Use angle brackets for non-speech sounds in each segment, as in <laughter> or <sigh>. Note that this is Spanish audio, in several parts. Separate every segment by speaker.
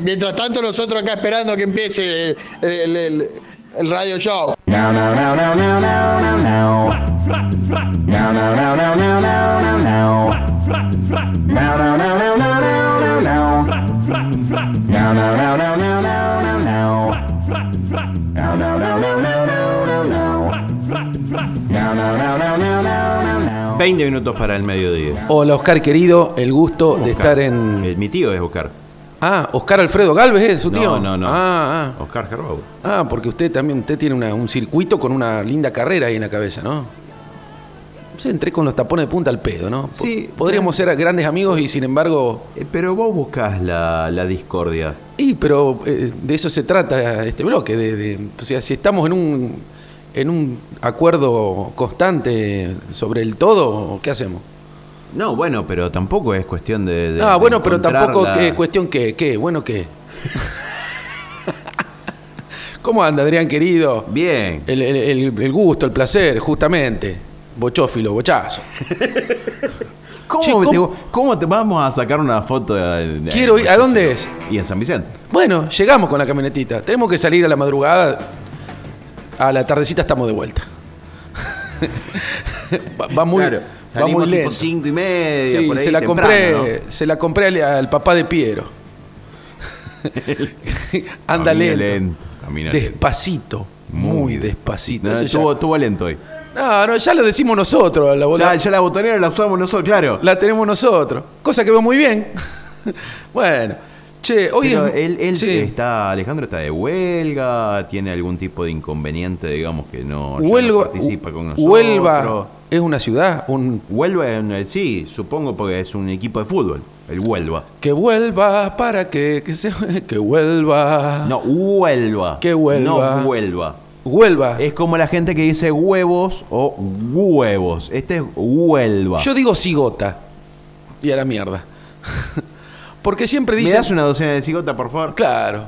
Speaker 1: Mientras tanto, nosotros acá esperando que empiece el, el- el- el radio show.
Speaker 2: No, no, no, no, no, no, no, no. No, no, no, no, no, no, no, no. No, no, no, no, no, no, no, no. No, no, no, no, no, no, no, no. No, no, no, no, no, no, no, no. No, no, no, no, no, no, no, no.
Speaker 3: 20 minutos para el mediodía.
Speaker 4: Hola Oscar querido, el gusto de
Speaker 3: Oscar.
Speaker 4: estar en...
Speaker 3: Eh, mi tío es Oscar.
Speaker 4: Ah, Oscar Alfredo Galvez es su
Speaker 3: No,
Speaker 4: tío.
Speaker 3: no, no.
Speaker 4: Ah, ah.
Speaker 3: Oscar Herbaut.
Speaker 4: Ah, porque usted también, usted tiene una- un circuito con una linda carrera ahí en la cabeza, ¿no? Se entré con los tapones de punta al pedo, ¿no? Po-
Speaker 3: Sí.
Speaker 4: Podríamos ser grandes amigos y sin embargo...
Speaker 3: Eh, pero vos buscás la, la discordia.
Speaker 4: Y, pero eh, de eso se trata este bloque, de, de- o sea, si estamos en un, en un acuerdo constante sobre el todo, ¿qué hacemos?
Speaker 3: No, bueno, pero tampoco es cuestión de. de-
Speaker 4: Ah,
Speaker 3: de
Speaker 4: bueno, pero
Speaker 3: encontrar
Speaker 4: tampoco
Speaker 3: la-
Speaker 4: que- cuestión que, <laughs> ¿qué? Bueno, ¿qué? ¿Cómo anda, Adrián, querido?
Speaker 3: Bien.
Speaker 4: El, el- el- el gusto, el placer, justamente. Bochófilo, bochazo.
Speaker 3: ¿Cómo,
Speaker 4: Che,
Speaker 3: te,
Speaker 4: ¿cómo-
Speaker 3: cómo te vamos a sacar una foto? eh, de-
Speaker 4: Quiero ir- ¿a dónde es?
Speaker 3: Y en San Vicente.
Speaker 4: Bueno, llegamos con la camionetita. Tenemos que salir a la madrugada. A la tardecita estamos de vuelta. <laughs> va, va muy,
Speaker 3: claro.
Speaker 4: va
Speaker 3: Salimos
Speaker 4: muy
Speaker 3: tipo
Speaker 4: lento.
Speaker 3: cinco y media,
Speaker 4: Sí,
Speaker 3: por ahí
Speaker 4: se la
Speaker 3: temprano,
Speaker 4: compré,
Speaker 3: ¿no?
Speaker 4: se la compré al, al papá
Speaker 3: <laughs>
Speaker 4: de Piero.
Speaker 3: Camina
Speaker 4: Anda lento.
Speaker 3: lento, camina lento.
Speaker 4: despacito, muy despacito.
Speaker 3: No,
Speaker 4: Eso ya-
Speaker 3: estuvo, estuvo lento hoy.
Speaker 4: No, no, ya lo decimos nosotros, la, bola-
Speaker 3: Ya, ya la botonera la usamos nosotros, claro.
Speaker 4: la tenemos nosotros. Cosa que veo
Speaker 3: <laughs>
Speaker 4: muy bien. bueno, che, hoy
Speaker 3: Pero
Speaker 4: es.
Speaker 3: él, él
Speaker 4: sí.
Speaker 3: está, Alejandro está de huelga, tiene algún tipo de inconveniente, digamos que no, ya no
Speaker 4: Huelva,
Speaker 3: participa con nosotros.
Speaker 4: Huelva es una ciudad, un
Speaker 3: Huelva, es un- sí, supongo porque es un equipo de fútbol, el Huelva.
Speaker 4: que vuelva para que, que se <laughs> que vuelva.
Speaker 3: No, Huelva.
Speaker 4: Ah. ¿Qué Huelva? Ah.
Speaker 3: No, Huelva.
Speaker 4: Huelva.
Speaker 3: Es como la gente que dice huevos o huevos. Este es Huelva.
Speaker 4: Yo digo cigota. Y a la mierda. <laughs> Porque siempre
Speaker 3: ¿Me
Speaker 4: dicen.
Speaker 3: das una docena de cigota, por favor?
Speaker 4: Claro.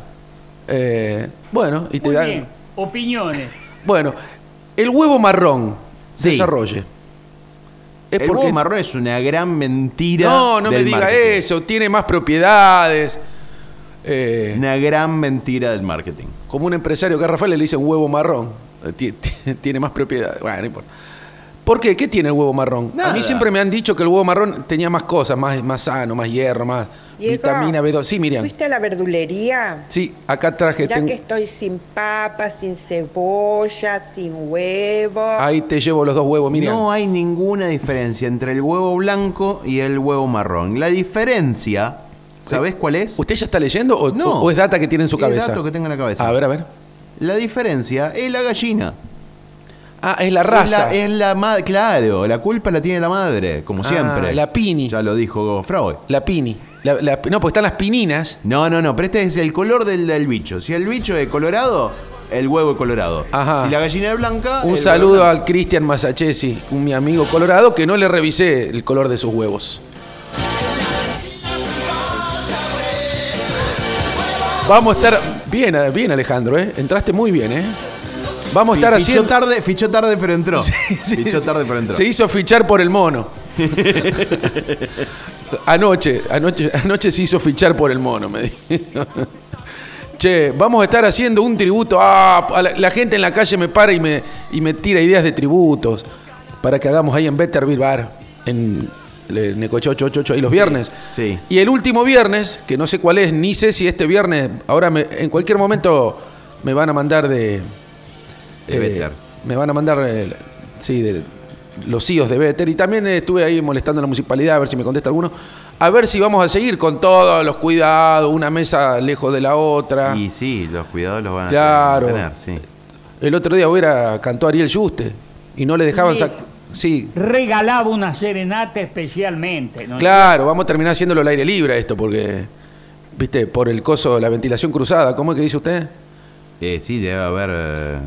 Speaker 4: Eh, bueno, y te
Speaker 5: Muy
Speaker 4: dan.
Speaker 5: bien, opiniones.
Speaker 4: Bueno, el huevo marrón.
Speaker 3: Sí.
Speaker 4: Desarrolle. Es
Speaker 3: el huevo marrón es una gran mentira
Speaker 4: No, no me
Speaker 3: del
Speaker 4: diga
Speaker 3: marketing.
Speaker 4: eso. Tiene más propiedades. Eh,
Speaker 3: Una gran mentira del marketing.
Speaker 4: Como un empresario que a Rafael le dice un huevo marrón. Eh, ti- <laughs> ti- Tiene más propiedades. Bueno, no importa. ¿Por qué? ¿Qué tiene el huevo marrón? A
Speaker 3: Nada.
Speaker 4: mí siempre me han dicho que el huevo marrón tenía más cosas, más, más sano, más hierro, más
Speaker 6: Diego,
Speaker 4: vitamina B2. Sí, Miriam.
Speaker 6: ¿Fuiste a la verdulería?
Speaker 4: Sí, acá traje.
Speaker 6: Ya
Speaker 4: tengo-
Speaker 6: que estoy sin papa, sin cebolla, sin huevo.
Speaker 4: Ahí te llevo los dos huevos, Miriam.
Speaker 3: No hay ninguna diferencia entre el huevo blanco y el huevo marrón. La diferencia, ¿sabés cuál es?
Speaker 4: ¿Usted ya está leyendo o,
Speaker 3: No.
Speaker 4: o es data que tiene en su
Speaker 3: Es
Speaker 4: cabeza?
Speaker 3: dato que tengo en la cabeza.
Speaker 4: A ver, a ver.
Speaker 3: La diferencia es la gallina.
Speaker 4: Ah, es la
Speaker 3: Es
Speaker 4: raza.
Speaker 3: la, es la ma- claro, la culpa la tiene la madre, como
Speaker 4: Ah,
Speaker 3: siempre.
Speaker 4: la pini.
Speaker 3: Ya lo dijo Freud.
Speaker 4: La pini. La- la- no, pues están las pininas.
Speaker 3: No, no, no, pero este es el color del, del bicho. Si el bicho es colorado, el huevo es colorado.
Speaker 4: Ajá.
Speaker 3: Si la gallina es blanca. el
Speaker 4: Un
Speaker 3: huevo es
Speaker 4: saludo
Speaker 3: blanco.
Speaker 4: al Cristian Masachesi, un mi amigo colorado, que no le revisé el color de sus huevos. Vamos a estar. Bien, bien, Alejandro, ¿eh? Entraste muy bien, ¿eh? Vamos a estar
Speaker 3: Fi- fichó
Speaker 4: haciendo.
Speaker 3: tarde, fichó tarde, pero entró.
Speaker 4: <laughs>
Speaker 3: fichó tarde, pero entró.
Speaker 4: Se hizo fichar por el
Speaker 3: <laughs>
Speaker 4: mono. anoche, anoche, anoche se hizo fichar por el mono, me dijeron. Che, vamos a estar haciendo un tributo. Ah, a la, la gente en la calle me para y me, y me tira ideas de tributos para que hagamos ahí en Betterville Bar, en eh, Necochea 888, ahí los viernes.
Speaker 3: sí.
Speaker 4: Y el último viernes, que no sé cuál es, ni sé si este viernes, ahora me- en cualquier momento me van a mandar de, eh,
Speaker 3: De Better.
Speaker 4: me van a mandar eh, sí, de, los CIOs de Better. Y también eh, estuve ahí molestando a la municipalidad a ver si me contesta alguno. A ver si vamos a seguir con todos los cuidados, una mesa lejos de la otra.
Speaker 3: Y sí, los cuidados los van a
Speaker 4: Ah. Claro.
Speaker 3: tener. sí.
Speaker 4: El otro día hubiera cantó Ariel Juste y no le dejaban
Speaker 5: Sí.
Speaker 4: sac- Sí,
Speaker 5: Regalaba una serenata especialmente. ¿no?
Speaker 4: claro, vamos a terminar haciéndolo al aire libre esto, porque, viste, por el coso, la ventilación cruzada, ¿cómo es que dice usted?
Speaker 3: Eh, sí, debe haber eh,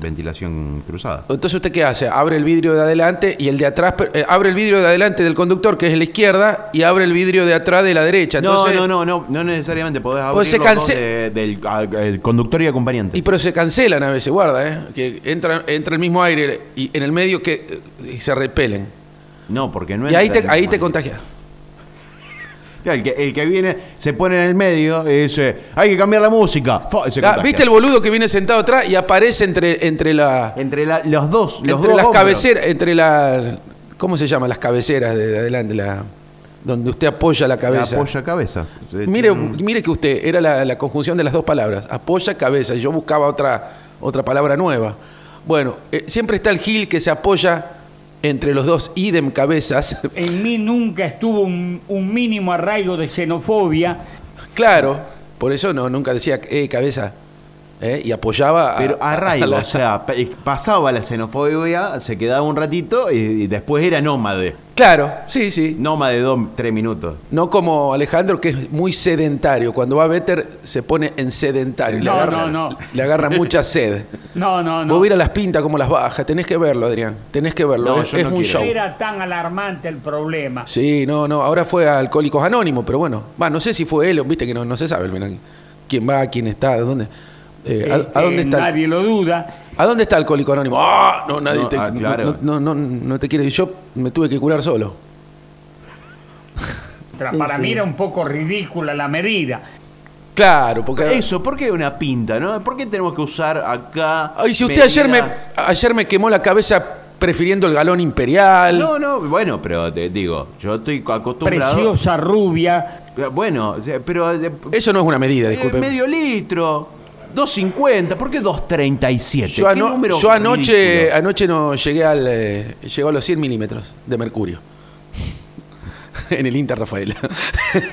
Speaker 3: ventilación cruzada.
Speaker 4: Entonces, ¿usted qué hace? Abre el vidrio de adelante y el de atrás. pero, eh, abre el vidrio de adelante del conductor, que es la izquierda, y abre el vidrio de atrás de la derecha. Entonces,
Speaker 3: no, no, no, no, no necesariamente podés abrir
Speaker 4: Pues se
Speaker 3: los dos
Speaker 4: canse-
Speaker 3: de- del a- el conductor y acompañante.
Speaker 4: Y pero se cancelan a veces, guarda, ¿eh? Que entra, entra el mismo aire y en el medio que eh, y se repelen.
Speaker 3: no, porque no
Speaker 4: y ahí
Speaker 3: entra
Speaker 4: te,
Speaker 3: en
Speaker 4: ahí te
Speaker 3: conductor.
Speaker 4: contagias.
Speaker 3: El que, el que viene se pone en el medio y dice, hay que cambiar la música. Fa, y se
Speaker 4: Ah,
Speaker 3: contagia.
Speaker 4: ¿Viste el boludo que viene sentado atrás y aparece entre, entre la.
Speaker 3: Entre la- los dos. Los
Speaker 4: entre
Speaker 3: dos
Speaker 4: las
Speaker 3: hombros.
Speaker 4: cabeceras, entre la. ¿Cómo se llama? Las cabeceras de, de adelante, la, donde usted apoya la
Speaker 3: La
Speaker 4: cabeza.
Speaker 3: apoya cabezas. Eh,
Speaker 4: Mire, mire que usted, era la, la conjunción de las dos palabras, apoya cabeza, y yo buscaba otra, otra palabra nueva. Bueno, eh, siempre está el Gil que se apoya entre los dos
Speaker 3: <laughs>
Speaker 4: idem cabezas.
Speaker 5: En mí nunca estuvo un, un mínimo arraigo de xenofobia.
Speaker 4: claro, por eso no, nunca decía eh, cabeza. ¿eh? Y apoyaba a-
Speaker 3: Pero
Speaker 4: a- a
Speaker 3: arraigo,
Speaker 4: la-
Speaker 3: o sea, <laughs> pe- pasaba la xenofobia, se quedaba un ratito y, y después era nómade.
Speaker 4: Claro, sí, sí.
Speaker 3: Nómade dos, tres minutos.
Speaker 4: No como Alejandro, que es muy sedentario. Cuando va a Better, se pone en sedentario. le
Speaker 5: No,
Speaker 4: agarra,
Speaker 5: no, no.
Speaker 4: Le agarra mucha sed.
Speaker 5: <laughs> No, no, no.
Speaker 4: Vos vieras las pintas, como las baja. Tenés que verlo, Adrián. Tenés que verlo.
Speaker 3: No,
Speaker 4: es
Speaker 3: yo
Speaker 4: es
Speaker 3: no
Speaker 4: un
Speaker 3: quiero.
Speaker 4: show.
Speaker 5: Era tan alarmante el problema.
Speaker 4: Sí, no, no. Ahora fue a Alcohólicos Anónimos, pero bueno. Va, no sé si fue él, o- viste que no, no se sabe al final quién va, quién está, dónde. Eh, a-
Speaker 5: Este,
Speaker 4: a, dónde está?
Speaker 5: Nadie lo duda.
Speaker 4: ¿A dónde está Alcohólico Anónimo? ¡Ah! No, nadie
Speaker 3: No,
Speaker 4: te.
Speaker 3: ah, claro.
Speaker 4: no, no, no, no te quiere. Yo me tuve que curar solo.
Speaker 5: Tra- Para mí era un poco ridícula la medida.
Speaker 4: Claro, porque.
Speaker 3: Eso, ¿por qué una pinta, no? ¿Por qué tenemos que usar acá?
Speaker 4: Ay, si usted ayer me,
Speaker 3: medidas?
Speaker 4: ayer me quemó la cabeza prefiriendo el galón imperial.
Speaker 3: No, no, bueno, pero te digo, yo estoy acostumbrado.
Speaker 5: Preciosa rubia.
Speaker 3: Bueno, eh, pero. eh,
Speaker 4: Eso no es una medida,
Speaker 3: eh,
Speaker 4: disculpe.
Speaker 3: medio litro, 2.50, ¿por qué 2.37?
Speaker 4: yo,
Speaker 3: ¿Qué
Speaker 4: ano-
Speaker 3: número
Speaker 4: yo anoche,
Speaker 3: ridículo?
Speaker 4: anoche no llegué al. eh, llegó a los 100 milímetros de mercurio. <laughs> en el Inter Rafaela.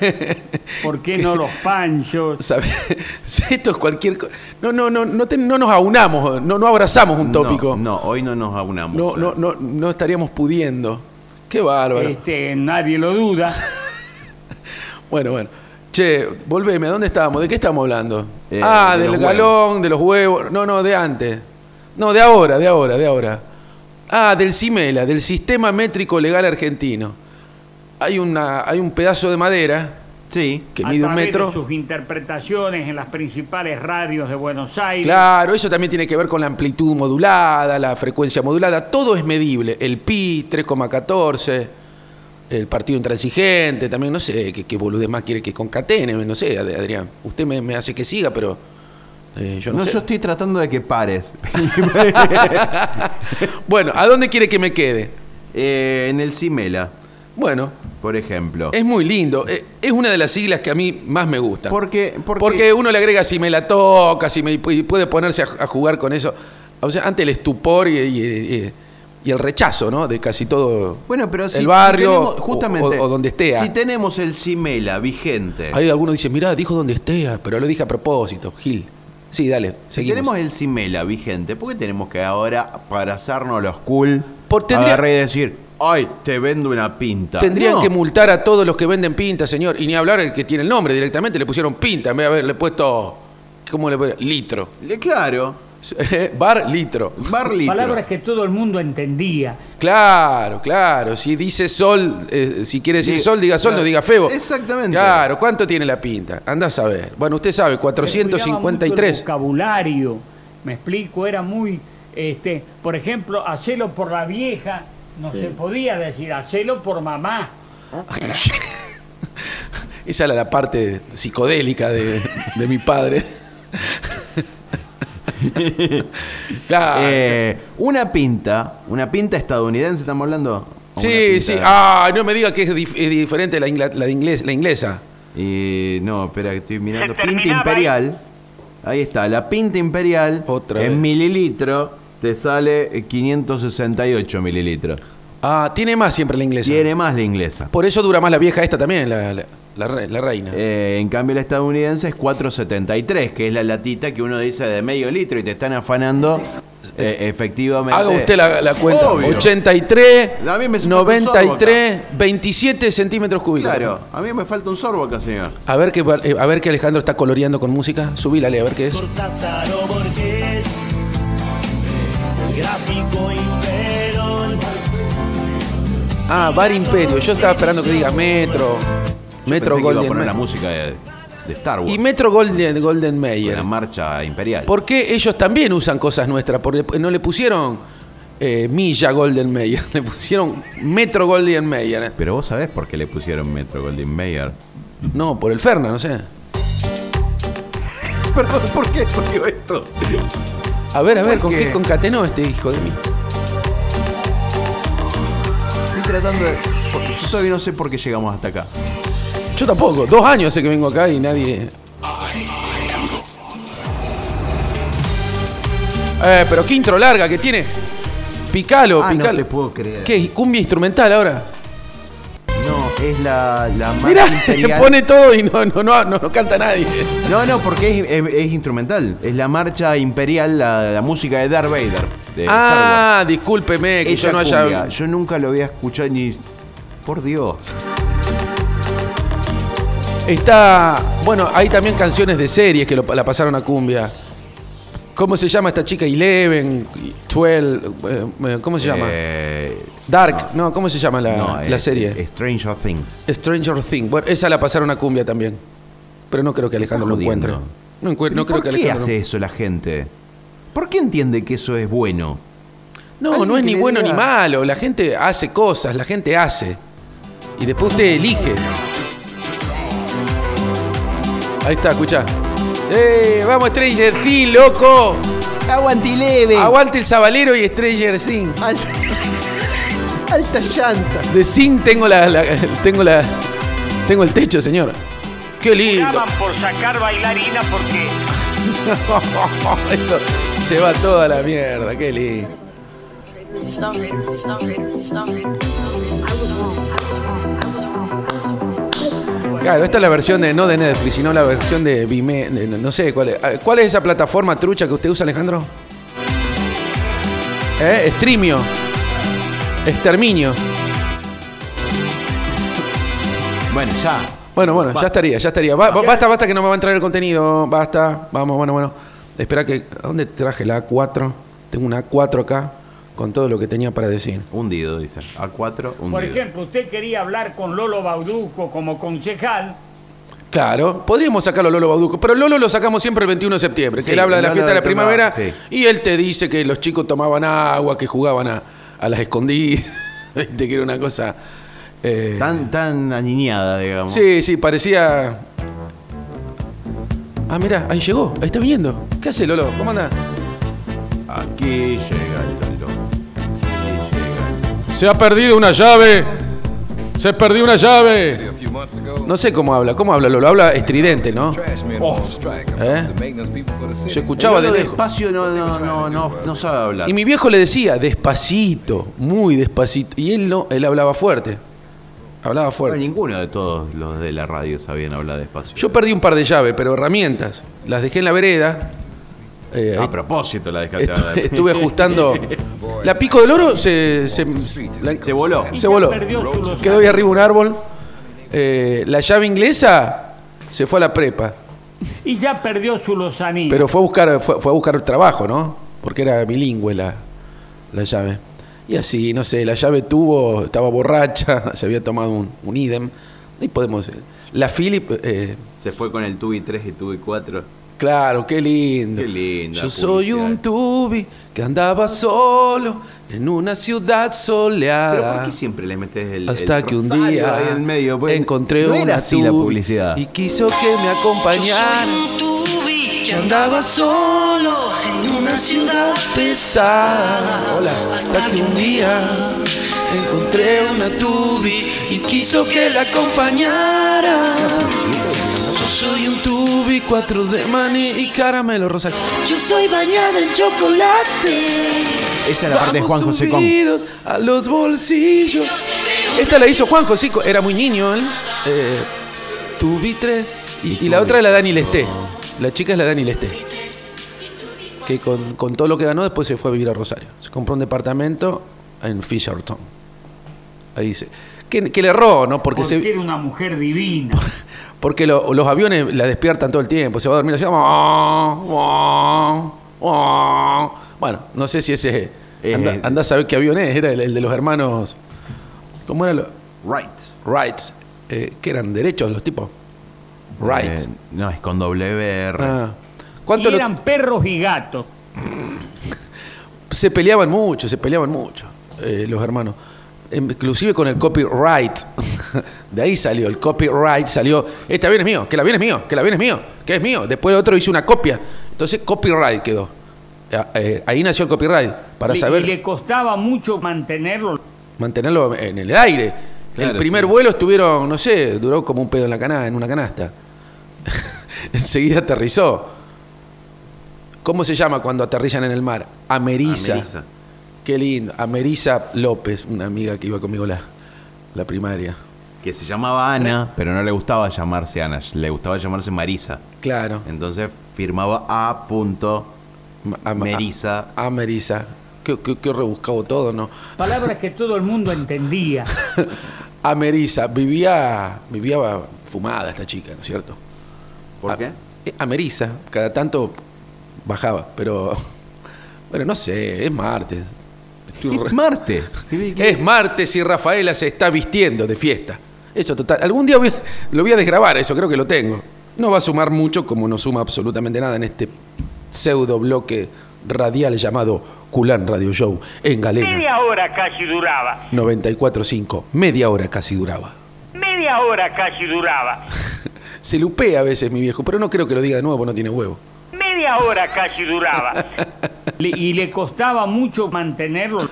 Speaker 4: <laughs>
Speaker 5: ¿Por qué no los panchos?
Speaker 4: ¿Sabe? <laughs> Esto es cualquier. co- No, no, no, no, te- no nos aunamos, no, no abrazamos un tópico.
Speaker 3: No, no, hoy no nos aunamos.
Speaker 4: No, no, no, no estaríamos pudiendo. Qué bárbaro.
Speaker 5: Este, nadie lo duda.
Speaker 4: Bueno, bueno. Che, volveme, ¿a dónde estábamos? ¿De qué estamos hablando?
Speaker 3: Eh,
Speaker 4: ah,
Speaker 3: de
Speaker 4: del
Speaker 3: los
Speaker 4: galón, de los huevos. No, no, de antes. No, de ahora, de ahora, de ahora. Ah, del CIMELA, del Sistema Métrico Legal Argentino. Hay, una, hay un pedazo de madera
Speaker 3: Sí.
Speaker 4: que
Speaker 5: a
Speaker 4: mide un
Speaker 5: través
Speaker 4: metro.
Speaker 5: de sus interpretaciones en las principales radios de Buenos Aires.
Speaker 4: Claro, eso también tiene que ver con la amplitud modulada, la frecuencia modulada, todo es medible. El pi, 3,14, el partido intransigente, también no sé qué, qué boludez más quiere que concatene, no sé, Ad- Adrián. Usted me, me hace que siga, pero eh, yo no,
Speaker 3: No,
Speaker 4: sé.
Speaker 3: yo estoy tratando de que
Speaker 4: <laughs>
Speaker 3: pares. <laughs>
Speaker 4: Bueno, ¿a dónde quiere que me quede?
Speaker 3: Eh, en el Cimela,
Speaker 4: Bueno,
Speaker 3: por ejemplo.
Speaker 4: es muy lindo. eh, Es una de las siglas que a mí más me gusta.
Speaker 3: Porque, porque,
Speaker 4: Porque uno le agrega si me la toca, si me y puede ponerse a, a jugar con eso. O sea, ante el estupor y, y- y- y el rechazo, ¿no? De casi todo
Speaker 3: bueno, pero si,
Speaker 4: el barrio
Speaker 3: si tenemos-
Speaker 4: o-
Speaker 3: justamente,
Speaker 4: o, o donde esté. ah.
Speaker 3: Si tenemos el Cimela vigente,
Speaker 4: Hay algunos dicen, mirá, dijo donde esté, pero lo dije a propósito, Gil. Sí, dale,
Speaker 3: si
Speaker 4: seguimos.
Speaker 3: tenemos el Cimela vigente, ¿por qué tenemos que ahora para hacernos los cool
Speaker 4: Por- tendría-
Speaker 3: agarrar y decir, ay, te vendo una pinta?
Speaker 4: Tendrían
Speaker 3: No.
Speaker 4: que multar a todos los que venden pinta, señor. Y ni hablar el que tiene el nombre directamente, le pusieron pinta, en vez de haberle puesto, ¿cómo le pone? Litro. <laughs>
Speaker 3: Eh, Claro,
Speaker 4: Bar litro.
Speaker 3: Barlito.
Speaker 5: Palabras que todo el mundo entendía.
Speaker 4: Claro, claro. Si dice sol, eh, si quiere decir
Speaker 3: Diga-
Speaker 4: sol, diga sol,
Speaker 3: claro.
Speaker 4: no diga febo.
Speaker 3: Exactamente.
Speaker 4: Claro, ¿cuánto tiene la pinta? Anda a saber. Bueno, usted sabe,
Speaker 5: Descuidaba mucho el
Speaker 4: 453.
Speaker 5: vocabulario. Me explico, era muy. este Por ejemplo, hacelo por la vieja. No se podía decir, hacelo por mamá.
Speaker 4: Esa era la parte psicodélica de, de mi padre. claro.
Speaker 3: Eh, una pinta, una pinta estadounidense, estamos hablando. ¿O una
Speaker 4: sí,
Speaker 3: pinta?
Speaker 4: sí. Ah, no me diga que es, dif- es diferente la, ingla- la de inglés, la inglesa.
Speaker 3: Y no, espera, que estoy mirando.
Speaker 5: Se
Speaker 3: Pinta
Speaker 5: terminaba
Speaker 3: imperial. Ahí está, la pinta imperial.
Speaker 4: Otra
Speaker 3: en
Speaker 4: vez.
Speaker 3: mililitro te sale eh, 568 mililitros.
Speaker 4: Ah, tiene más siempre la inglesa.
Speaker 3: Tiene más la inglesa.
Speaker 4: Por eso dura más la vieja esta también, la, la- la re- la reina.
Speaker 3: Eh, en cambio la estadounidense es 473, que es la latita que uno dice de medio litro y te están afanando eh, efectivamente.
Speaker 4: Haga usted la, la cuenta.
Speaker 3: Obvio.
Speaker 4: 83,
Speaker 3: A mí me se
Speaker 4: 93, 27 centímetros cúbicos.
Speaker 3: Claro, a mí me falta un sorbo acá, señor.
Speaker 4: A ver, que, a ver que Alejandro está coloreando con música. Subílale, a ver qué es.
Speaker 7: Cortázar o Borges, gráfico y Perón.
Speaker 4: Ah, Bar Imperio. Yo estaba esperando que diga Metro.
Speaker 3: Yo
Speaker 4: Metro
Speaker 3: pensé que iba a
Speaker 4: Golden
Speaker 3: poner la
Speaker 4: Mayer.
Speaker 3: música de, de Star Wars.
Speaker 4: Y Metro Golden, Golden
Speaker 3: de
Speaker 4: Mayer.
Speaker 3: la marcha imperial.
Speaker 4: ¿Por qué ellos también usan cosas nuestras? Porque no le pusieron eh, Milla Golden Mayer. <laughs> Le pusieron Metro Golden Mayer. <laughs>
Speaker 3: Pero vos sabés por qué le pusieron Metro Golden Mayer.
Speaker 4: No, por el Ferna, no sé.
Speaker 3: Perdón, ¿por qué salió esto?
Speaker 4: A ver, a ver,
Speaker 3: ¿Por
Speaker 4: ¿con
Speaker 3: qué?
Speaker 4: qué concatenó este hijo de mí?
Speaker 3: Estoy tratando de. Yo todavía no sé por qué llegamos hasta acá.
Speaker 4: Ah, Yo tampoco. Dos años hace que vengo acá y nadie. Eh, pero qué intro larga que tiene. Picalo,
Speaker 3: Ah, no
Speaker 4: picalo.
Speaker 3: te puedo creer.
Speaker 4: ¿Qué? ¿Cumbia instrumental ahora?
Speaker 3: No, es la, la marca
Speaker 4: Mirá, <laughs> le
Speaker 3: imperial.
Speaker 4: pone todo y no, no, no, no, no canta nadie.
Speaker 3: No, no, porque es, es- es instrumental. Es la marcha imperial, la, la música de Darth Vader. de Star Wars.
Speaker 4: Ah, discúlpeme que
Speaker 3: Esa
Speaker 4: yo no haya.
Speaker 3: cumbia, Yo nunca lo había escuchado ni. Por Dios.
Speaker 4: Está. Bueno, hay también canciones de series que lo- la pasaron a cumbia. ¿Cómo se llama esta chica? Eleven, Twelve, eh, eh, ¿cómo se llama?
Speaker 3: Eh,
Speaker 4: Dark, no, ¿cómo se llama la,
Speaker 3: no, eh,
Speaker 4: la
Speaker 3: es-
Speaker 4: serie?
Speaker 3: es Stranger Things.
Speaker 4: Stranger Things. Bueno, esa la pasaron a cumbia también. Pero no creo que Alejandro lo
Speaker 3: Está
Speaker 4: encuentre.
Speaker 3: jodiendo.
Speaker 4: No, encuent-
Speaker 3: Pero
Speaker 4: no creo
Speaker 3: ¿Por
Speaker 4: que
Speaker 3: qué
Speaker 4: Alejandro.
Speaker 3: hace eso la gente? ¿Por qué entiende que eso es bueno?
Speaker 4: No,
Speaker 3: Alguien
Speaker 4: no es
Speaker 3: que
Speaker 4: ni
Speaker 3: le
Speaker 4: bueno
Speaker 3: diga-
Speaker 4: ni malo. La gente hace cosas, la gente hace. Y después usted elige. Ahí está, escucha. ¡Eh! ¡Vamos, Stranger Things, loco!
Speaker 3: Aguantileve.
Speaker 4: Aguante el sabalero y Stranger Things.
Speaker 3: <laughs> Alta llanta.
Speaker 4: De Zing tengo la, la- Tengo la. Tengo el techo, señor. ¡Qué lindo!
Speaker 2: Daban por sacar bailarina porque
Speaker 4: <laughs> Esto se va toda la mierda, qué lindo. Claro, esta es la versión de no de Netflix, sino la versión de Vimeo, de- no sé cuál es. Ah, ¿Cuál es esa plataforma trucha que usted usa, Alejandro? ¿Eh? Streamio. Exterminio.
Speaker 3: Bueno, ya.
Speaker 4: Bueno, bueno,
Speaker 3: Va.
Speaker 4: ya estaría, ya estaría. Ba- ba- basta, basta que no me van a traer el contenido. Basta. Vamos, bueno, bueno. Espera que. ¿a dónde traje la A4? Tengo una A4 acá con todo lo que tenía para decir.
Speaker 3: Hundido, dice. A4, hundido.
Speaker 5: Por ejemplo, usted quería hablar con Lolo Bauduco como concejal.
Speaker 4: Claro, podríamos sacarlo a Lolo Bauduco, pero Lolo lo sacamos siempre el 21 de septiembre, que
Speaker 3: Sí,
Speaker 4: él habla de la
Speaker 3: Lolo
Speaker 4: fiesta de la
Speaker 3: lo tomaba,
Speaker 4: primavera
Speaker 3: sí.
Speaker 4: y él te dice que los chicos tomaban agua, que jugaban a, a las escondidas, <laughs> te quiero una cosa... eh,
Speaker 3: Tan, tan aniñada, digamos.
Speaker 4: sí, sí, parecía... Ah, mira, ahí llegó, ahí está viniendo. ¿Qué hace Lolo? ¿Cómo anda?
Speaker 3: Aquí llega el calor. Aquí llega el-
Speaker 4: Se ha perdido una llave. Se perdió una llave. No sé cómo habla, ¿cómo habla Lolo? Habla estridente, ¿no? Oh. ¿Eh? Yo escuchaba
Speaker 3: El
Speaker 4: de
Speaker 3: olor
Speaker 4: lejos.
Speaker 3: despacio no, no, no, no, no sabe hablar.
Speaker 4: Y mi viejo le decía, despacito, muy despacito. Y él no, él hablaba fuerte. Hablaba
Speaker 3: Bueno,
Speaker 4: fuerte.
Speaker 3: ninguno de todos los de la radio sabían hablar despacio.
Speaker 4: Yo perdí un par de llaves, pero herramientas. Las dejé en la vereda. Eh,
Speaker 3: A propósito la
Speaker 4: ahí
Speaker 3: descartada.
Speaker 4: estu- <laughs> estuve ajustando. La pico del oro se, se, la-
Speaker 3: Se voló.
Speaker 4: Se voló.
Speaker 5: Perdió su losa.
Speaker 4: Quedó ahí arriba un árbol. Eh, la llave inglesa se fue a la prepa.
Speaker 5: Y ya perdió su lozanía.
Speaker 4: Pero fue a buscar, fue, fue a buscar trabajo, ¿no? Porque era bilingüe la, la llave. Y así, no sé, la llave tuvo, estaba borracha, <laughs> se había tomado un, un idem. Y podemos. La Philip, eh,
Speaker 3: <laughs> Se fue con el tubi 3 y tubi 4.
Speaker 4: claro, qué lindo.
Speaker 3: Qué linda
Speaker 4: Yo soy
Speaker 3: publicidad.
Speaker 4: un tubi que andaba solo en una ciudad soleada.
Speaker 3: Pero ¿por qué siempre le metes el
Speaker 4: Ah. Hasta
Speaker 3: el
Speaker 4: que un
Speaker 3: rosario
Speaker 4: día
Speaker 3: ahí en medio? Pues,
Speaker 4: encontré
Speaker 3: no
Speaker 4: una
Speaker 3: era así la
Speaker 4: tubi
Speaker 3: publicidad.
Speaker 4: y quiso que me acompañara. que andaba solo en una ciudad pesada. hasta que un día encontré una tubi y quiso que la acompañara. Yo soy un tubi, cuatro de maní y caramelo rosario. Yo soy bañada en chocolate.
Speaker 3: Esa es la parte de Juan
Speaker 4: Vamos
Speaker 3: José Con.
Speaker 4: subidos a los bolsillos. Esta la hizo Juan José, era muy niño él. Eh, tubi tres. Y, y la otra es la Dani Lesté. La chica es la Dani Lesté. Que con, con todo lo que ganó después se fue a vivir a Rosario. Se compró un departamento en Fisherton. Ahí dice. Que, que le erró, ¿no? Porque,
Speaker 5: porque
Speaker 4: se,
Speaker 5: era una mujer divina.
Speaker 4: porque lo- los aviones la despiertan todo el tiempo. Se va a dormir así. "Ah, Bueno, no sé si ese.
Speaker 3: Eh,
Speaker 4: Anda, anda a saber qué avión es. Era el, el de los hermanos. ¿Cómo eran los.
Speaker 3: Right.
Speaker 4: Wrights. eh, que eran derechos los tipos. Wrights.
Speaker 3: Eh, no, es con WR.
Speaker 4: Ah. ¿Cuánto
Speaker 5: Y
Speaker 4: lo-
Speaker 5: eran perros y gatos.
Speaker 4: se peleaban mucho, se peleaban mucho eh, los hermanos. inclusive con el copyright. <laughs> De ahí salió el copyright, salió, este avión es mío, que el avión es mío, que el avión es mío, que es mío. Después otro hizo una copia. Entonces copyright quedó. Ah, eh, ahí nació el copyright, para
Speaker 5: Le-
Speaker 4: saber
Speaker 5: Y le costaba mucho mantenerlo.
Speaker 4: mantenerlo en el aire. el
Speaker 3: Claro,
Speaker 4: primer
Speaker 3: sí.
Speaker 4: vuelo estuvieron, no sé, duró como un pedo en la cana, en una canasta. <laughs> Enseguida aterrizó. ¿Cómo se llama cuando aterrizan en el mar? Ameriza.
Speaker 3: Ameriza.
Speaker 4: Qué lindo. Ameriza López, una amiga que iba conmigo la, la primaria.
Speaker 3: Que se llamaba Ana, pero no le gustaba llamarse Ana, le gustaba llamarse Marisa.
Speaker 4: Claro.
Speaker 3: Entonces firmaba A. punto
Speaker 4: Ma- a- a-
Speaker 3: Meriza.
Speaker 4: Ameriza. Qué, qué- qué rebuscado todo, ¿no?
Speaker 5: Palabras que todo el mundo entendía.
Speaker 4: Ameriza. Vivía, vivía fumada esta chica, ¿no es cierto?
Speaker 3: ¿Por
Speaker 4: A-
Speaker 3: qué?
Speaker 4: eh, Ameriza, cada tanto bajaba, pero <laughs> bueno, no sé, es martes. Estoy re-
Speaker 3: Es
Speaker 4: <laughs>
Speaker 3: martes.
Speaker 4: es martes y Rafaela se está vistiendo de fiesta. Eso total. Algún día voy- lo voy a <laughs> desgrabar, eso creo que lo tengo. No va a sumar mucho como no suma absolutamente nada en este pseudo bloque radial llamado Culán Radio Show en Galena
Speaker 8: Media hora casi duraba.
Speaker 4: 945. Media hora casi duraba.
Speaker 8: Media hora casi duraba.
Speaker 4: Se lupea a veces mi viejo, pero no creo que lo diga de nuevo, porque no tiene huevo.
Speaker 8: Media hora casi duraba.
Speaker 5: Le- y le costaba mucho mantenerlo.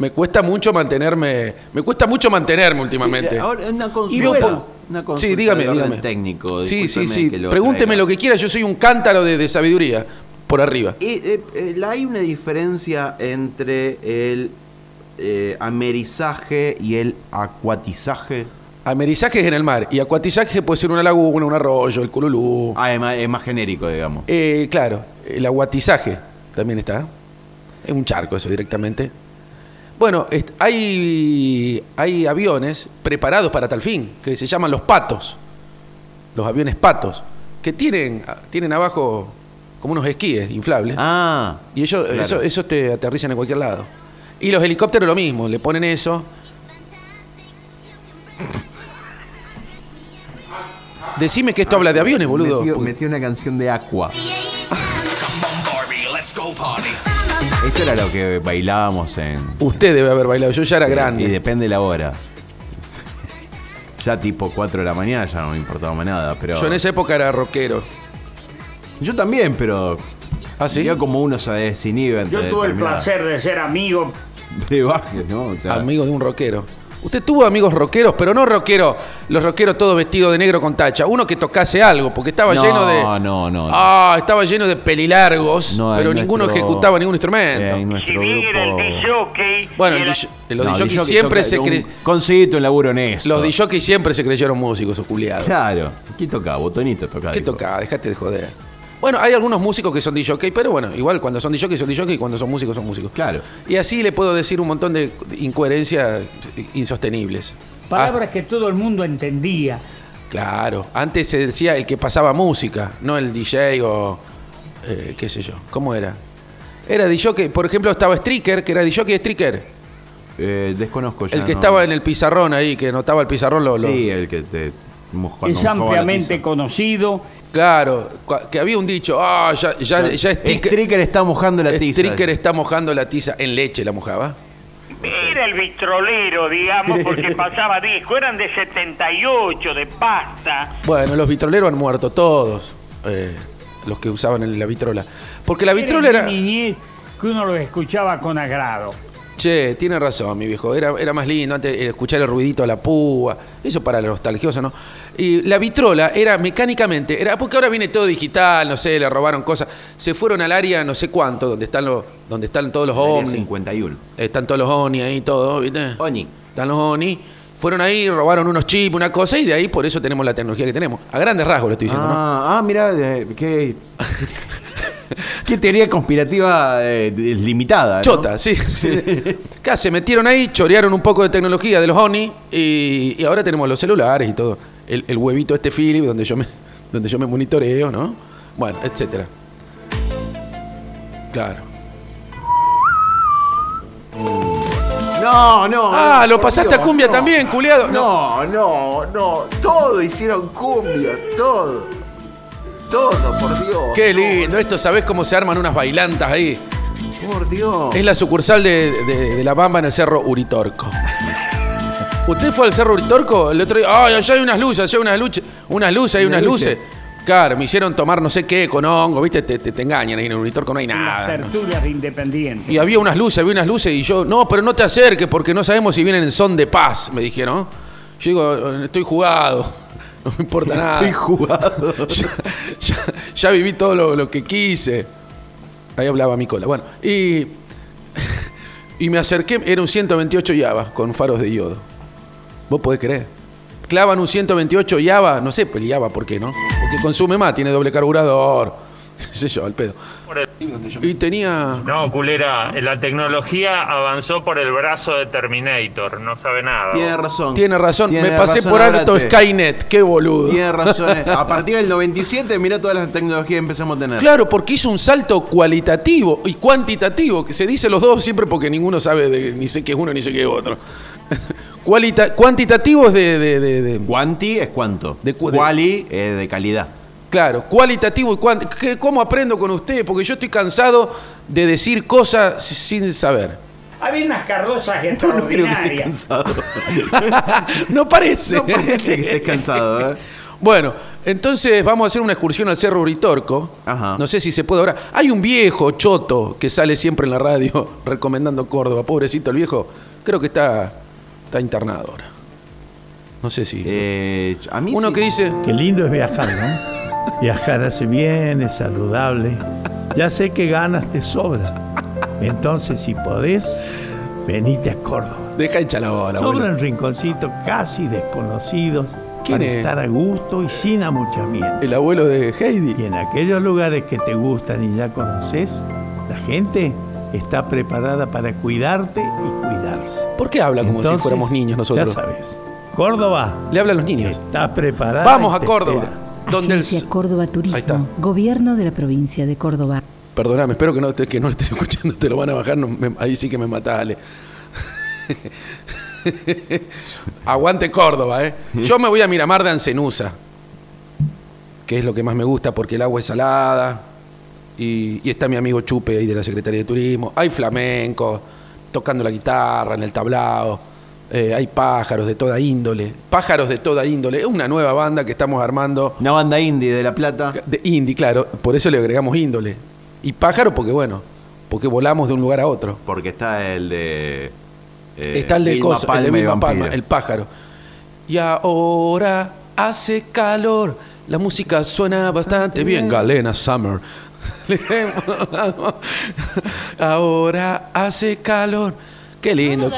Speaker 4: Me cuesta mucho mantenerme. Me cuesta mucho mantenerme últimamente.
Speaker 3: Ahora, una
Speaker 4: Y
Speaker 3: consulta.
Speaker 4: vos por-
Speaker 3: una consulta
Speaker 4: sí, dígame,
Speaker 3: de orden
Speaker 4: dígame.
Speaker 3: técnico.
Speaker 4: sí, sí,
Speaker 3: discúlpeme
Speaker 4: sí.
Speaker 3: que lo
Speaker 4: Pregúnteme
Speaker 3: traiga.
Speaker 4: lo que quiera, yo soy un cántaro de, de sabiduría por arriba.
Speaker 3: Eh, eh, eh, la- hay una diferencia entre el eh, amerizaje y el acuatizaje.
Speaker 4: Amerizaje es en el mar y acuatizaje puede ser una laguna, un arroyo, el cululú.
Speaker 3: Ah, es más, es más genérico, digamos.
Speaker 4: Eh, claro, el aguatizaje también está. Es un charco eso directamente. Bueno, est- hay, hay aviones preparados para tal fin, que se llaman los patos. Los aviones patos, que tienen, tienen abajo como unos esquíes inflables.
Speaker 3: Ah,
Speaker 4: Y ellos,
Speaker 3: Claro.
Speaker 4: eso, eso te aterrizan en cualquier lado. Y los helicópteros lo mismo, le ponen eso. Decime que esto habla de aviones, boludo.
Speaker 3: Metió,
Speaker 4: Porque-
Speaker 3: metió una canción de Aqua. Esto era lo que bailábamos en.
Speaker 4: Usted debe haber bailado, yo ya era grande.
Speaker 3: Y depende la hora. Ya tipo 4 de la mañana ya no me importaba más nada, pero.
Speaker 4: Yo en esa época era rockero.
Speaker 3: Yo también, pero.
Speaker 4: ¿Ah, sí?
Speaker 3: Yo como uno se desinhibe antes
Speaker 5: Yo
Speaker 3: de
Speaker 5: tuve el
Speaker 3: terminar.
Speaker 5: placer de ser amigo.
Speaker 3: De baje, ¿no? O sea,
Speaker 4: Amigo de un rockero. Usted tuvo amigos rockeros, pero no rockeros, los rockeros todos vestidos de negro con tacha. Uno que tocase algo, porque estaba
Speaker 3: No,
Speaker 4: lleno de.
Speaker 3: no, no, no.
Speaker 4: Ah, estaba lleno de pelilargos,
Speaker 3: No, en
Speaker 4: pero ninguno
Speaker 3: nuestro-
Speaker 4: ejecutaba ningún
Speaker 3: eh,
Speaker 4: instrumento.
Speaker 3: en
Speaker 8: Si
Speaker 3: nuestro
Speaker 8: bien era el
Speaker 3: grupo.
Speaker 8: disjockey,
Speaker 4: Bueno, el
Speaker 8: era-
Speaker 4: dij- los
Speaker 3: No,
Speaker 4: DJs
Speaker 3: disjockey
Speaker 4: siempre
Speaker 3: toca-
Speaker 4: se
Speaker 3: un-
Speaker 4: cre-
Speaker 3: Conseguite un laburo honesto.
Speaker 4: Los DJs siempre se creyeron músicos, esos culiados.
Speaker 3: Claro. ¿Qué toca? Botonito toca.
Speaker 4: ¿Qué
Speaker 3: dijo.
Speaker 4: toca? Dejate de joder. Bueno, hay algunos músicos que son DJs, pero bueno, igual cuando son DJs son DJs y cuando son músicos son músicos.
Speaker 3: Claro.
Speaker 4: Y así le puedo decir un montón de incoherencias insostenibles.
Speaker 5: Palabras que todo el mundo entendía.
Speaker 4: Ah, claro. Antes se decía el que pasaba música, no el DJ o eh, qué sé yo. ¿Cómo era? Era DJ, por ejemplo, estaba Stricker, que era DJ Stricker.
Speaker 3: Eh, desconozco ya.
Speaker 4: El que
Speaker 3: no.
Speaker 4: estaba en el pizarrón ahí, que anotaba el pizarrón. Lo, lo-
Speaker 3: Sí, el que te mojó-
Speaker 5: es
Speaker 3: mojaba la
Speaker 5: ampliamente
Speaker 3: tiza.
Speaker 5: conocido.
Speaker 4: Claro, cua- que había un dicho, ah, ya, ya, ya Stricker-
Speaker 3: Stricker está mojando la tiza.
Speaker 4: Stricker está mojando la tiza en leche, la mojaba.
Speaker 8: era el vitrolero, digamos, porque pasaba disco. Eran de 78, de pasta.
Speaker 4: Bueno, los vitroleros han muerto todos, eh, los que usaban el- la vitrola. Porque la vitrola
Speaker 5: Era
Speaker 4: era.
Speaker 5: mi niñez que uno lo escuchaba con agrado.
Speaker 4: Che, tiene razón, mi viejo. Era, era más lindo antes eh, escuchar el ruidito a la púa. Eso para los nostalgiosos, ¿no? Y la vitrola era mecánicamente. era Porque ahora viene todo digital, no sé, le robaron cosas. Se fueron al área no sé cuánto, donde están, los, donde están todos los
Speaker 3: Tenía
Speaker 4: ovnis.
Speaker 3: 51.
Speaker 4: Están todos los ONI ahí, todo, ¿viste?
Speaker 3: Oni.
Speaker 4: Están los ONI. Fueron ahí, robaron unos chips, una cosa, y de ahí por eso tenemos la tecnología que tenemos. A grandes rasgos lo estoy diciendo, ¿no?
Speaker 3: Ah, ah, mira, eh, qué. qué teoría conspirativa eh, limitada. ¿no?
Speaker 4: Chota,
Speaker 3: <laughs>
Speaker 4: sí. sí. Acá se metieron ahí, chorearon un poco de tecnología de los ONI y, y ahora tenemos los celulares y todo. El, el huevito este Philip donde yo me donde yo me monitoreo, ¿no? Bueno, etcétera. Claro.
Speaker 3: No, no.
Speaker 4: Ah,
Speaker 3: no,
Speaker 4: lo
Speaker 3: por
Speaker 4: pasaste
Speaker 3: Dios,
Speaker 4: a cumbia
Speaker 3: no.
Speaker 4: también, culiado. No.
Speaker 3: No, no, no. Todo hicieron cumbia, todo. Todo, por Dios.
Speaker 4: Qué lindo, eh. esto sabés cómo se arman unas bailantas ahí.
Speaker 3: Por Dios.
Speaker 4: Es la sucursal de, de- de La Bamba en el Cerro Uritorco. ¿Usted fue al Cerro Uritorco el otro día? ¡Ay, allá hay unas luces, allá hay unas luces! Unas luces, hay unas
Speaker 3: Unas
Speaker 4: luces.
Speaker 3: luces.
Speaker 4: Claro, me hicieron tomar no sé qué con hongo, ¿viste? Te, te- te engañan ahí en el Uritorco, no hay
Speaker 5: Las
Speaker 4: nada. Ah, ¿no?
Speaker 5: tertulias de Independiente.
Speaker 4: Y había unas luces, había unas luces y yo, no, pero no te acerques porque no sabemos si vienen en son de paz, me dijeron. Yo digo, estoy jugado, <laughs> no me importa nada.
Speaker 3: Estoy jugado.
Speaker 4: <laughs> ya, ya- ya viví todo lo, lo que quise. Ahí hablaba mi cola. Bueno, y, <laughs> y me acerqué, era un 128 Java con faros de yodo. ¿Vos podés creer? Clavan un 128 Java, no sé, pues Java, ¿por qué no? Porque consume más, tiene doble carburador. <laughs> Qué sé yo, al pedo. Y tenía.
Speaker 9: No, culera, la tecnología avanzó por el brazo de Terminator, no sabe nada.
Speaker 3: Tiene razón.
Speaker 4: Tiene razón,
Speaker 3: Tiene
Speaker 4: me pasé
Speaker 3: razón,
Speaker 4: por
Speaker 3: ahora
Speaker 4: alto
Speaker 3: te-
Speaker 4: Skynet, qué boludo.
Speaker 3: Tiene razón. eh. A partir del 97, mira todas las tecnologías que empezamos a tener.
Speaker 4: Claro, porque hizo un salto cualitativo y cuantitativo, que se dice los dos siempre porque ninguno sabe de- ni sé qué es uno ni sé qué es otro. <laughs> Cualita- cuantitativo es de, de- de- de-
Speaker 3: Quanti es cuánto.
Speaker 4: De cu- de-
Speaker 3: Quali eh, de calidad.
Speaker 4: Claro, cualitativo y cuantitativo. ¿Cómo aprendo con usted? Porque yo estoy cansado de decir cosas sin saber. <laughs>
Speaker 5: Había unas carrozas
Speaker 3: No, no creo que estés
Speaker 5: extraordinarias.
Speaker 3: cansado.
Speaker 4: no parece.
Speaker 3: No parece
Speaker 4: <laughs>
Speaker 3: que estés cansado, ¿eh?
Speaker 4: Bueno, entonces vamos a hacer una excursión al Cerro Uritorco.
Speaker 3: Ajá.
Speaker 4: No sé si se puede ahora. Hay un viejo choto que sale siempre en la radio <laughs> recomendando Córdoba. Pobrecito el viejo. Creo que está, está internado ahora. No sé si.
Speaker 3: Eh, a mí
Speaker 4: Uno
Speaker 3: sí.
Speaker 4: que dice.
Speaker 10: Qué lindo es viajar, ¿no? Viajar hace bien, es saludable. Ya sé que ganas te sobra. Entonces, si podés, venite a Córdoba.
Speaker 4: Deja hecha la bola, abuelo".
Speaker 10: Sobran rinconcitos casi desconocidos
Speaker 4: ¿Quién
Speaker 10: para
Speaker 4: es?
Speaker 10: estar a gusto y sin amuchamiento.
Speaker 4: El abuelo de Heidi.
Speaker 10: Y en aquellos lugares que te gustan y ya conoces, la gente está preparada para cuidarte y cuidarse.
Speaker 4: ¿Por qué habla como si
Speaker 10: Entonces,
Speaker 4: fuéramos niños nosotros?
Speaker 10: Ya sabes. Córdoba,
Speaker 4: Le habla a los niños.
Speaker 10: estás preparada.
Speaker 4: Vamos
Speaker 10: y
Speaker 4: a
Speaker 10: te
Speaker 4: Córdoba.
Speaker 10: espera.
Speaker 4: Donde el...
Speaker 2: Agencia Córdoba Turismo,
Speaker 4: Ahí está.
Speaker 2: Gobierno de la provincia de Córdoba.
Speaker 4: Perdóname, espero que no, te, que no lo estés <laughs> escuchando, te lo van a bajar, no, me- ahí sí que me mata Ale. <laughs> Aguante Córdoba, ¿eh? Yo me voy a Miramar de Ancenusa, que es lo que más me gusta porque el agua es salada y, y está mi amigo Chupe ahí de la Secretaría de Turismo. Hay flamenco, tocando la guitarra en el tablao, eh, hay pájaros de toda índole, pájaros de toda índole. Es una nueva banda que estamos armando
Speaker 3: Una banda indie de La Plata.
Speaker 4: de indie, claro, por eso le agregamos índole. Y pájaro, porque bueno, porque volamos de un lugar a otro.
Speaker 3: Porque está el de. eh,
Speaker 4: Está el de
Speaker 3: Vilma
Speaker 4: cosa, el de
Speaker 3: Palma y
Speaker 4: Vilma Palma,
Speaker 3: Vampiro.
Speaker 4: el pájaro. Y ahora hace calor, la música suena bastante bien, Galena Summer. <laughs> ahora hace calor, qué lindo.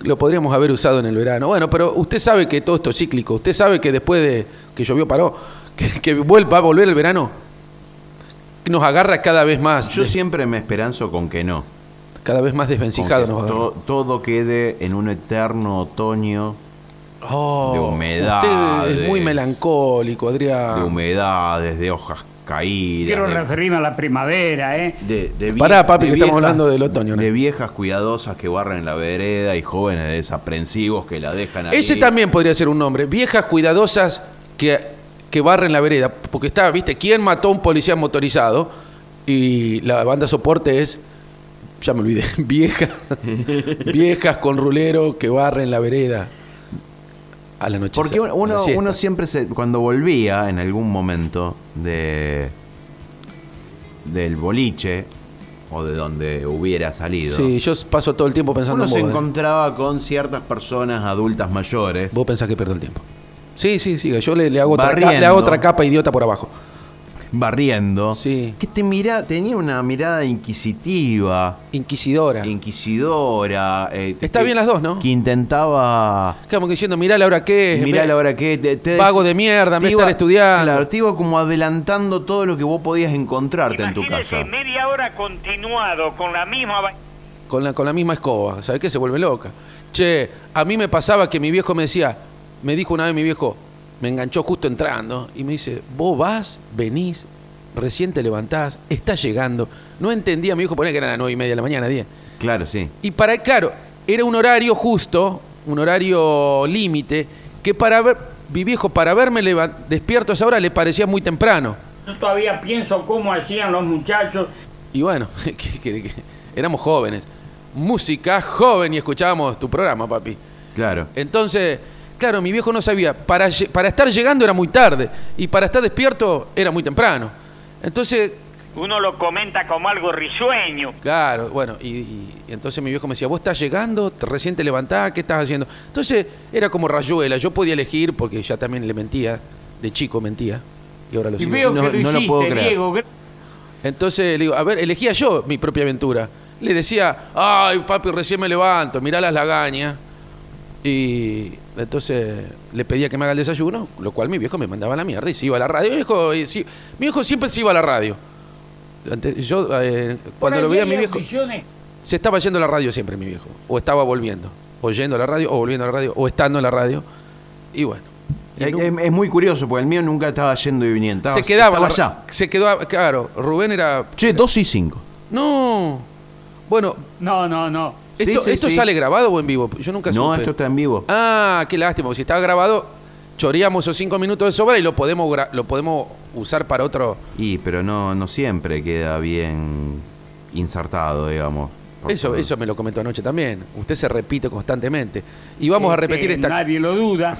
Speaker 4: Lo podríamos haber usado en el verano. Bueno, pero usted sabe que todo esto es cíclico. Usted sabe que después de que llovió paró, que, que vuelva a volver el verano. Nos agarra cada vez más,
Speaker 3: Yo
Speaker 4: des-
Speaker 3: siempre me esperanzo con que no.
Speaker 4: cada vez más
Speaker 3: Con
Speaker 4: desvencijado.
Speaker 3: que
Speaker 4: nos agarra.
Speaker 3: to- todo quede en un eterno otoño
Speaker 4: Oh,
Speaker 3: de humedad,
Speaker 4: Usted es
Speaker 3: de-
Speaker 4: muy melancólico, Adrián.
Speaker 3: de humedades, de hojas
Speaker 5: Quiero
Speaker 3: caídas. de-
Speaker 5: referirme a la primavera, ¿eh?
Speaker 3: De, de vie-
Speaker 4: Pará, papi,
Speaker 3: de
Speaker 4: que estamos hablando del otoño, ¿no?
Speaker 3: De viejas cuidadosas que barren la vereda y jóvenes desaprensivos que la dejan ahí.
Speaker 4: Ese también podría ser un nombre. Viejas cuidadosas que, que barren la vereda. Porque está, viste, ¿quién mató a un policía motorizado? Y la banda soporte es, ya me olvidé, <laughs>
Speaker 3: <laughs>
Speaker 4: viejas, viejas con rulero que barren la vereda a la noche.
Speaker 3: Porque uno, uno, uno siempre,
Speaker 4: siempre...
Speaker 3: se, cuando volvía en algún momento de del boliche o de donde hubiera salido,
Speaker 4: Sí, yo paso todo el tiempo pensando
Speaker 3: uno
Speaker 4: en
Speaker 3: se
Speaker 4: vos. ¿eh?
Speaker 3: encontraba con ciertas personas adultas mayores
Speaker 4: Vos pensás que pierdo el tiempo. Sí, sí, sí. Yo le, le hago otra, ca-
Speaker 3: Barriendo.
Speaker 4: le hago otra capa idiota por abajo.
Speaker 3: barriendo
Speaker 4: Sí.
Speaker 3: que te mira, tenía una mirada inquisitiva,
Speaker 4: Inquisidora.
Speaker 3: inquisidora. eh,
Speaker 4: Está
Speaker 3: que-
Speaker 4: bien las dos, ¿no?
Speaker 3: Que intentaba
Speaker 4: Como que diciendo, mirá la hora que es.
Speaker 3: Mirá
Speaker 4: ve-
Speaker 3: la hora que te, te
Speaker 4: Vago
Speaker 3: des-
Speaker 4: de mierda, en
Speaker 3: te
Speaker 4: vez de estar estudiando.
Speaker 3: Claro, te iba como adelantando todo lo que vos podías encontrarte en tu
Speaker 8: Imagínese,
Speaker 3: casa.
Speaker 8: media hora continuado con la misma... ba-
Speaker 4: con la, con la misma escoba. ¿Sabes qué? Se vuelve loca. Che, a mí me pasaba que mi viejo me decía, me dijo una vez mi viejo, me enganchó justo entrando y me dice, vos vas, venís, recién te levantás, estás llegando. No entendía, mi viejo ponía que eran las nueve y media de la mañana, 10.
Speaker 3: Claro, sí.
Speaker 4: Y para, claro, era un horario justo, un horario límite, que para ver, mi viejo, para verme levan- despierto a esa hora le parecía muy temprano.
Speaker 5: Yo todavía pienso cómo hacían los muchachos.
Speaker 4: Y bueno, <laughs> que, que- que éramos jóvenes. Música joven y escuchábamos tu programa, papi.
Speaker 3: Claro.
Speaker 4: Entonces, claro, mi viejo no sabía. Para, lle- para estar llegando era muy tarde. Y para estar despierto era muy temprano. Entonces,
Speaker 8: Uno lo comenta como algo risueño.
Speaker 4: Claro, bueno, y, y- y entonces mi viejo me decía, vos estás llegando, te recién te levantás, ¿qué estás haciendo? Entonces era como rayuela, yo podía elegir, porque ya también le mentía, de chico mentía, y ahora lo
Speaker 5: Y
Speaker 4: sigo.
Speaker 5: veo que lo hiciste, Diego. gra-
Speaker 4: Entonces le digo, a ver, elegía yo mi propia aventura. Le decía, ay papi, recién me levanto, mirá las lagañas. Y entonces le pedía que me haga el desayuno, lo cual mi viejo me mandaba a la mierda y se iba a la radio. Mi viejo, y si- mi viejo siempre se iba a la radio. Antes- yo, eh,
Speaker 5: Por
Speaker 4: cuando
Speaker 5: ahí
Speaker 4: lo veía a mi
Speaker 5: hay
Speaker 4: viejo...
Speaker 5: aficiones.
Speaker 4: Se estaba yendo a la radio siempre, mi viejo. O estaba volviendo. O yendo a la radio, o volviendo a la radio, o estando en la radio. Y bueno. Y
Speaker 3: Es,
Speaker 4: nu-
Speaker 3: es- es muy curioso porque el mío nunca estaba yendo y viniendo. Estaba,
Speaker 4: se quedaba.
Speaker 3: estaba
Speaker 4: la-
Speaker 3: allá.
Speaker 4: Se quedó, claro. Rubén era.
Speaker 3: Che, 2 y 5.
Speaker 4: No. Bueno,
Speaker 5: No, no, no.
Speaker 3: Sí,
Speaker 4: ¿esto,
Speaker 3: sí,
Speaker 4: esto
Speaker 3: sí.
Speaker 4: sale grabado o en vivo? Yo nunca
Speaker 3: No,
Speaker 4: supe.
Speaker 3: esto está en vivo.
Speaker 4: Ah, qué lástima. porque Si estaba grabado, choríamos esos cinco minutos de sobra y lo podemos, gra- lo podemos usar para otro.
Speaker 3: Y, pero no, no siempre queda bien insertado, digamos. Por-
Speaker 4: Eso,
Speaker 3: por-
Speaker 4: eso me lo comentó anoche también. Usted se repite constantemente. Y vamos a
Speaker 5: Este,
Speaker 4: repetir esta.
Speaker 5: Nadie lo duda.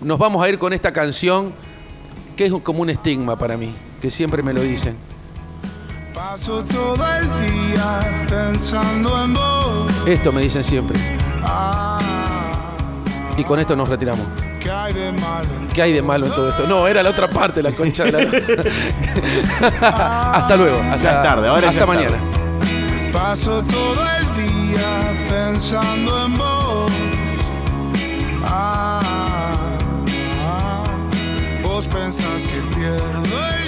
Speaker 4: Nos vamos a ir con esta canción que es como un estigma para mí, que siempre me lo dicen.
Speaker 2: Paso todo el día pensando en vos.
Speaker 4: Esto me dicen siempre. Y con esto nos retiramos.
Speaker 2: ¿Qué Ah, hay de malo en
Speaker 4: ¿Qué hay de malo en todo esto? No, era la otra parte, la concha
Speaker 3: <laughs>
Speaker 4: de la <laughs> Hasta luego. Hasta,
Speaker 3: Ya es tarde, ahora ya
Speaker 4: hasta
Speaker 3: es tarde.
Speaker 4: mañana.
Speaker 2: Paso todo el día pensando en vos. Ah, ah, vos pensás que pierdo el